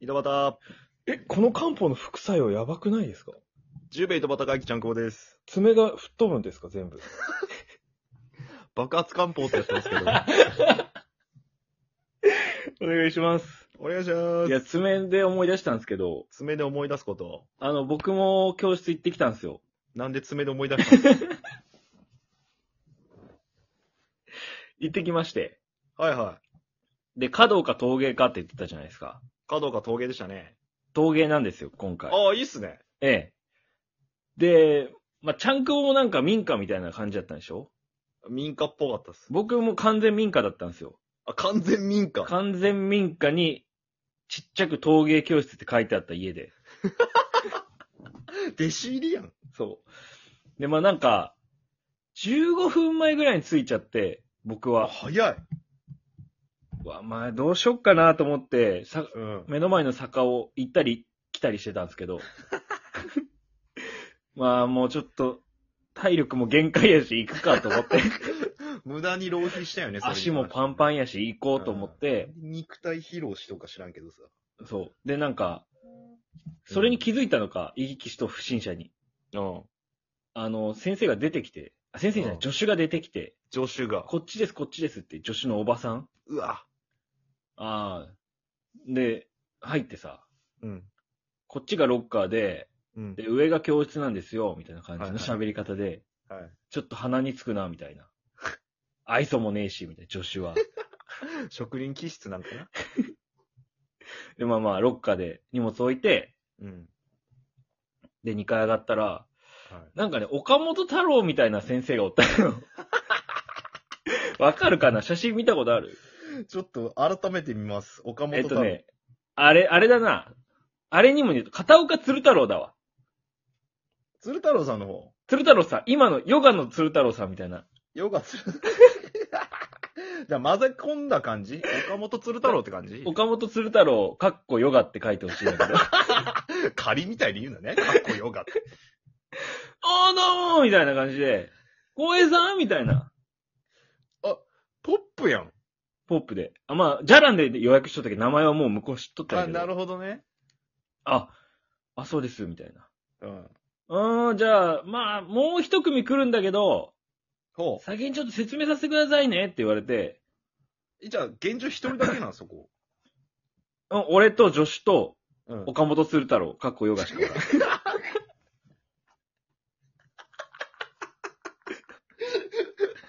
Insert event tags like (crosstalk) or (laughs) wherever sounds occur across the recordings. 井戸端、え、この漢方の副作用やばくないですか十兵衛井戸端会議ちゃんこです。爪が吹っ飛ぶんですか全部。爆発漢方ってやってますけど。 (laughs) お願いします。お願いしまいす。や、爪で思い出したんですけど、爪で思い出すこと。あの、僕も教室行ってきたんですよ。なんで爪で思い出 (laughs) したの行ってきまして。はいはい。で、華道か陶芸かって言ってたじゃないですか。角が陶芸でしたね。陶芸なんですよ、今回。ああ、いいっすね。ええ。で、まあ、ちゃんくぼもなんか民家みたいな感じだったんでしょ民家っぽかったっす。僕も完全民家だったんですよ。あ、完全民家。完全民家に、ちっちゃく陶芸教室って書いてあった家で。弟子入りやん。そう。で、まあ、なんか、15分前ぐらいに着いちゃって、僕あ、は。早い。うわ、まあ、どうしよっかなと思って、さうん。目の前の坂を行ったり来たりしてたんです (laughs) けど。まあもうちょっと、体力も限界やし行くかと思 (laughs) って、無駄に浪費したよね、足もパンパンやし行こうと思って、ン。肉体疲労しとか知らんけどさ。そう。でなんか、それに気づいたのか、いぎきしと不審者に。うん。あの、先生が出てきて、あ先生じゃうない、ん助手が出てきて、助手が。こっちですこっちですって助手のおばさん。うわ。ああ。で、入ってさ、うん。こっちがロッカーで、うん。で、上が教室なんですよ、みたいな感じの喋り方で、はい。ちょっと鼻につくな、みたいな。 (laughs) 愛想もねえし、みたいな、助手は。職人気質なんかな。で、まあまあ、ロッカーで荷物置いて、うん。で、2階上がったら、はい。なんかね、岡本太郎みたいな先生がおった (laughs) の。わかるかな写真見たことあるちょっと改めて見ます。岡本えっ太と郎。ね、あれ、あれだな。あれにも似て、片岡鶴太郎だわ。鶴太郎さんの方。鶴太郎さん、今のヨガの鶴太郎さんみたいな。ヨガ鶴。 (laughs) じゃあ混ぜ込んだ感じ岡本鶴太郎って感じ岡本鶴太郎、かっこヨガって書いてほしいんだ (laughs) けど。仮みたいに言うのね。かっこヨガって。あーどうもみたいな感じで、光栄さんみたいな。ポップやん。ポップで。あ、まあ、ジャランで予約しとったけど、名前はもう向こう知っとったんやあ、けど。なるほどね。あ、あ、そうです、みたいな。うん。うーん、じゃあ、まあ、もう一組来るんだけど、ほ先にちょっと説明させてくださいねって言われて、う。じゃあ、現状一人だけなん、そこ。うん俺と助手とうん。岡本鶴太郎、かっこヨガ (laughs) しかおらん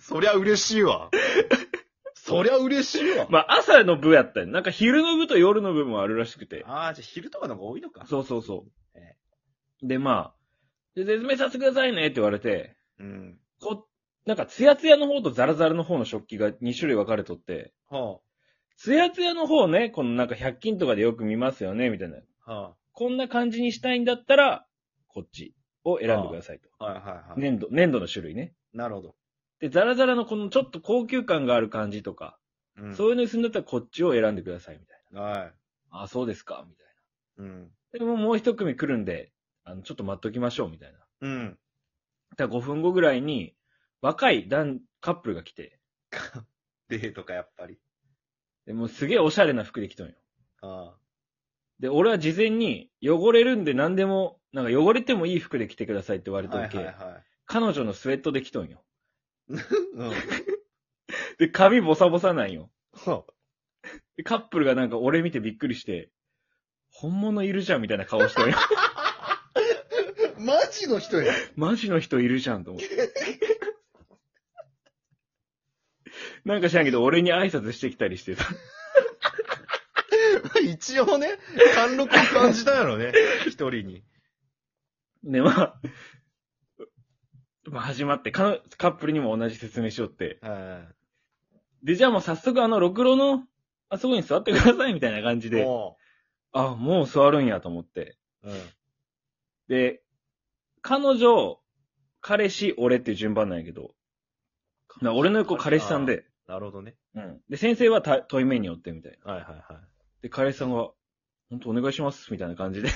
そりゃ嬉しいわ。 (laughs) そりゃ嬉しいわ。まあ、朝の部やったよ。なんか昼の部と夜の部もあるらしくて。ああ、じゃあ昼とかの方が多いのか。そうそうそえう。で、まあ、で説明させてくださいねって言われて、うん。こ、なんかツヤツヤの方とザラザラの方の食器が2種類分かれとって、はツヤツヤの方ね、このなんか100均とかでよく見ますよね、みたいな。あ。はこんな感じにしたいんだったら、こっちを選んでくださいと。あ。はいはいはい。粘土、粘土の種類ね。なるほど。で、ザラザラのこのちょっと高級感がある感じとか、うん。そういうのにするんだったらこっちを選んでください、みたいはな。あ、そうですか、みたいい。うん。な。でももう一組来るんで、あの、ちょっと待っときましょう、みたいな。うん。だから5分後ぐらいに、若い男、カップルが来て、デートか、やっぱり。でもうすげえおしゃれな服で来とんよ。あで、俺は事前に、汚れるんで何でも、なんか汚れてもいい服で着てくださいって言わあ。れておはけ、いはいはい。彼女のスウェットできとんよ。 (laughs) うん。で、髪ボサボサなんよ。はで、カップルがなんか俺見てびっくりして、本物いるじゃんみたいな顔し (laughs) てる。あマジの人や。マジの人いるじゃんと思って。 (laughs) なんか知らんけど、俺に挨拶してきたりしてさ。 (laughs) 一応ね、貫禄を感じたやろ (laughs) ね。一人に。で、まあ、 (laughs) まあ始まって、かカップルにも同じ説明しよって。はで、じゃあもう早速あの、ろくろの、あそこに座ってくださいみたいな感じい。で、もあ、もう座るんやと思って。う、うん。で、彼女、彼氏、俺っていう順番なんやけど、な俺の横彼氏さんで、なるほどね。うん。で、先生はた問い目によってみたいな。はいはいはで、彼氏さんが、本当お願いします、みたいな (laughs) 感じで。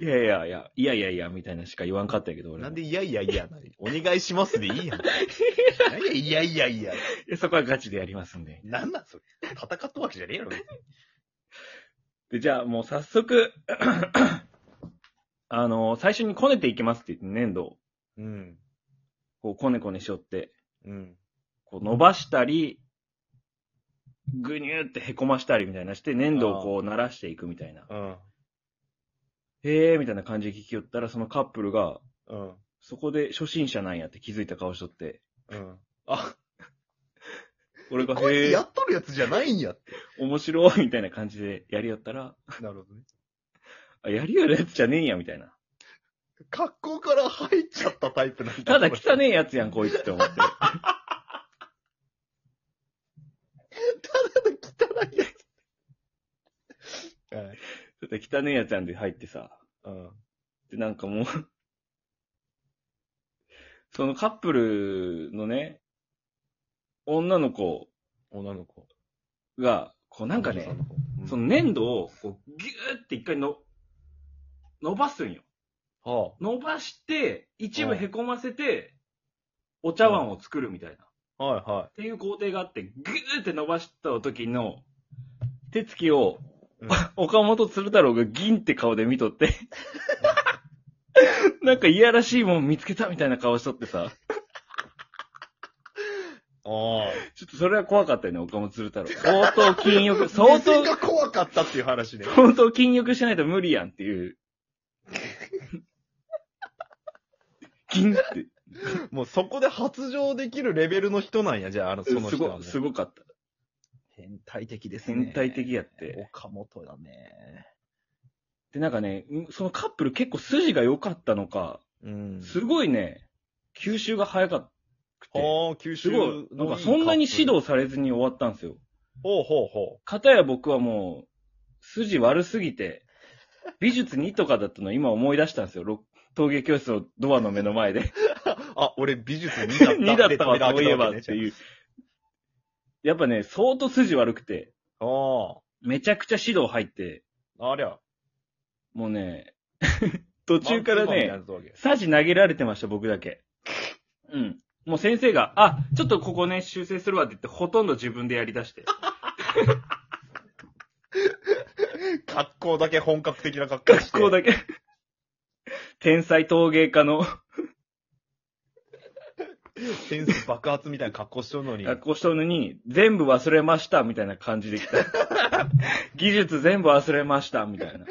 いやいやいや、いやいやいや、みたいなしか言わんかったんやけど、い。俺も。なんでいやいやいやなのお願いしますでいいやん。なんでいやいやいや。いやそこはガチでやりますんで。なんなんそれ。戦ったわけじゃねえやろ。別にで、じゃあもう早速、 (coughs) あの、最初にこねていきますって言って、粘土をうん。こうこねこねしよって、うん。こう伸ばしたり、ぐにゅーってへこましたりみたいなして、粘土をこう鳴らしていくみたいな。うん。へーみたいな感じで聞きよったら、そのカップルが、うん。そこで初心者なんやって気づいた顔しとって、うん。あ、 (laughs) 俺が、こいへつやーっとるやつじゃないんや。面白いみたいな感じでやりよったら、なるほどね。あやりよるやつじゃねえんや、みたいな。格好から入っちゃったタイプなんだただ汚ねえやつやん、こいつって (laughs) 思って。ただ汚いやつ。はい。ただ汚ねえやつやんで入ってさ、うん。で、なんかもう、そのカップルのね、女の子女の子。が、こうなんかね、女の子、その粘土をこうギューって一回の伸ばすんよ。うん、は伸ばして、一部へこませて、お茶碗を作るみたいな。っあ。はいはていう工程があって、ギューって伸ばした時の手つきを、うん (laughs) 岡本鶴太郎がギンって顔で見とって、 (laughs) なんかいやらしいもん見つけたみたいな顔しとってさ、い。ああ。ちょっとそれは怖かったよね、岡本鶴太郎。相当禁 (laughs) 欲、相当目線、が怖かったっていう話ね。相当禁欲しないと無理やんっていう。禁って。もうそこで発情できるレベルの人なんや、じゃあ、あの、そのす人はもご、う。すごかった。変態的ですね。全体的やって。岡本だね。で、なんかね、うんそのカップル結構筋が良かったのか、うん。すごいね、吸収が早かくて、ああ、九州すのごい、なんかそんなに指いいカップル。導されずに終わったんですよ。ほうほうほかたや僕はもう、筋悪すぎて、美術2とかだったの今思い出したんですよ。ろ陶芸教室のドアの目の (laughs) 前で。う。あ、俺美術2だった。 (laughs) 2だったわ、で扉そういえばっ開けてたわけねいう。やっぱね、相当筋悪くて、めちゃくちゃ指導入って、ああ。ありゃ。も (laughs) うね、途中からマンツーマンみたいね、なとこやサジ投げられてました、僕だけ。うん。もう先生が、あ、ちょっとここね、修正するわって言って、ほとんど自分でやり出して。格好だけ本格的な格好して。学校だけ。天才陶芸家のセンス爆発みたいな格好しとるのに。学校したのに、全部忘れました、みたいな感じで来た。 (laughs) 技術全部忘れました、みたいな。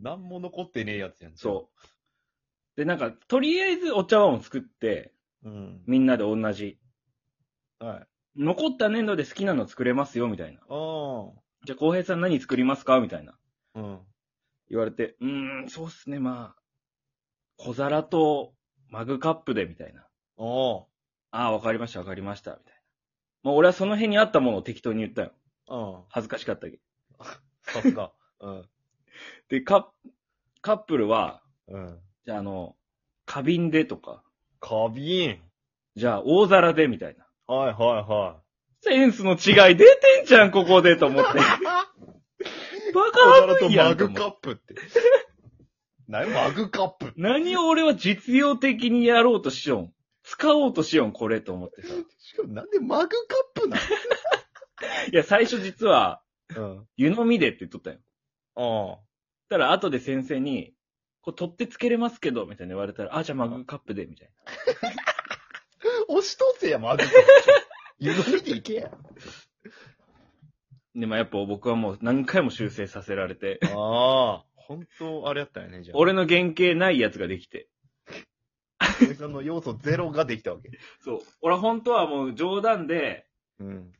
なんも残ってねえやつやん。そう。で、なんか、とりあえずお茶碗を作って、う。うん。みんなで同じ。はい。残った粘土で好きなの作れますよ、みたいな。あじゃあ、浩平さん何作りますかみたいな。あ。うん。言われて、うーん、そうっすね、まあ、小皿とマグカップで、みたいな。あああ、わかりました、わかりました、みたいな。まあ、俺はその辺にあったものを適当に言ったよ。あ。うん。恥ずかしかったけど。さすが。うん。で、カップ、カップルは、うん。じゃあ、あの、花瓶でとか、花瓶。じゃあ、大皿で、みたいな。はいはいはセンスの違い出てんじゃん、ここで、と思 (laughs) って。バい。カ悪いやんととマグ思ってカップって。何マグカップ何を俺は実用的にやろうとしよん。使おうとしよん、これ、と思ってさ。しかもなんでマグカップないや、最初実は、のうん。湯飲みでって言っとったよ。あたら、後で先生に、これ取ってつけれますけど、みたいな言われたら、あ、じゃあマグカップで、みたいな。あ。押し通せや、マグカップ。湯飲みでいけや。で、まあ、やっぱ僕はもう何回も修正させられて、ああ。本当あれやったよね、じゃあ。俺の原型ないやつができて。小井さんの要素ゼロができたわけ。そう。俺本当はもう冗談で、うん。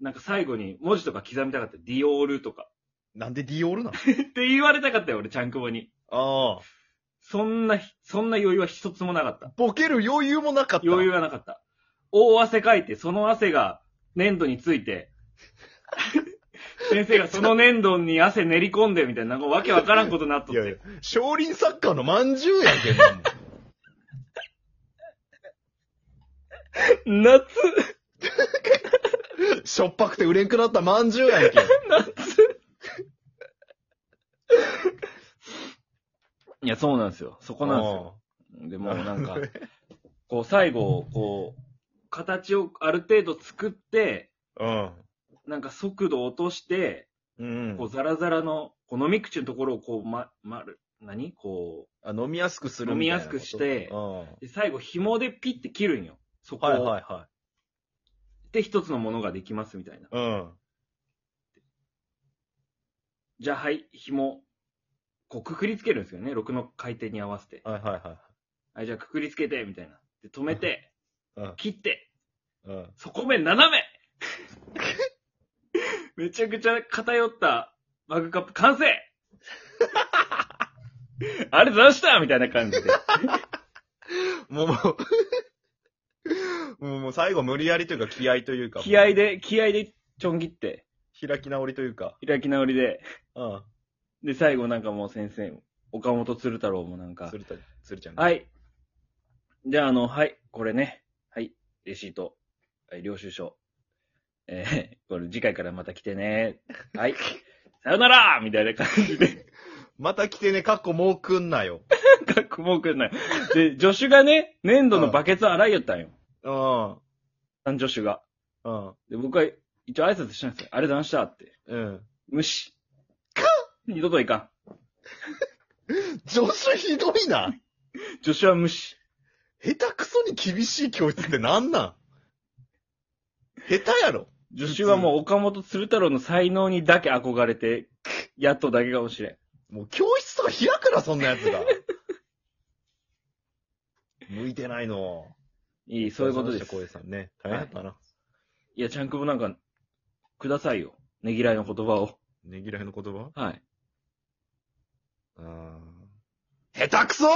なんか最後に文字とか刻みたかった。ディオールとか。なんでディオールなのって言われたかったよ、俺、ちゃんくぼに。ああ。そんな、そんな余裕は一つもなかった。ボケる余裕もなかった。余裕。はなかった。大汗かいて、その汗が粘土につい (laughs) て、先生がその粘土に汗練り込んで、みたいな、なんかわけわからんことになっとっいて。やいや、少林サッカーのまんじゅうやんけ、もう夏、しょっぱくて売れんくなったまんじゅうやんけ。夏。いや、そうなんですよ。 (laughs) そこなんですよ。でも、なんか、こう、最後、こう、形をある程度作って、うん。なんか速度落として、うんこうザラザラの、こう飲み口のところをこうま、まる、何こあ飲みやすくするみたいなこと飲みやすくしてうん。う、で最後紐でピッて切るんよ。そこを。はいはいはで一つのものができますみたいな。い。うん。じゃあはい、紐。こうくくりつけるんですよね。6の回転に合わせて。はいはいははい、じゃあくくりつけて、みたいな。で、止めて、 (laughs) うん切って、い。うん。底面斜め (laughs) めちゃくちゃ偏ったマグカップ完成 (laughs) あれざましたみたいな感じで。もう、 (laughs) もうもう、もう最後無理やりというか気合というか。 (laughs) 気合。で、気合でちょん切って、開き直りというか。開き直りで、うん。で、最後なんかもう先生、岡本鶴太郎もなんか、鶴田、鶴ちゃん。い。はい。じゃあ、あの、はい、これね。はい、レシート。はい、領収書。えー、これ次回からまた来てね。はい。さよならみたいな感じで。また来てね、かっこもうくんなよ。なんかもうくんない。で、助手がね、粘土のバケツ洗いよったんよ。うん。三助手が。うん。で、僕は一応挨拶したんですよ。ありがとうございましたって。うん。無視。二度といか女子ひどいな。ん。助手は無視。下手くそに厳しい教室ってなんなん下手やろ。助手はもう岡本鶴太郎の才能にだけ憧れて、やっとだけかもしれん。もう教室とか開くな、そんなやつが。向いてないの。いい、そういうことです。小江さんね。大変だったな。いや、ちゃんくぼなんか、くださいよ。ねぎらいの言葉を。ねぎらいの言葉はい。うん。下手くそ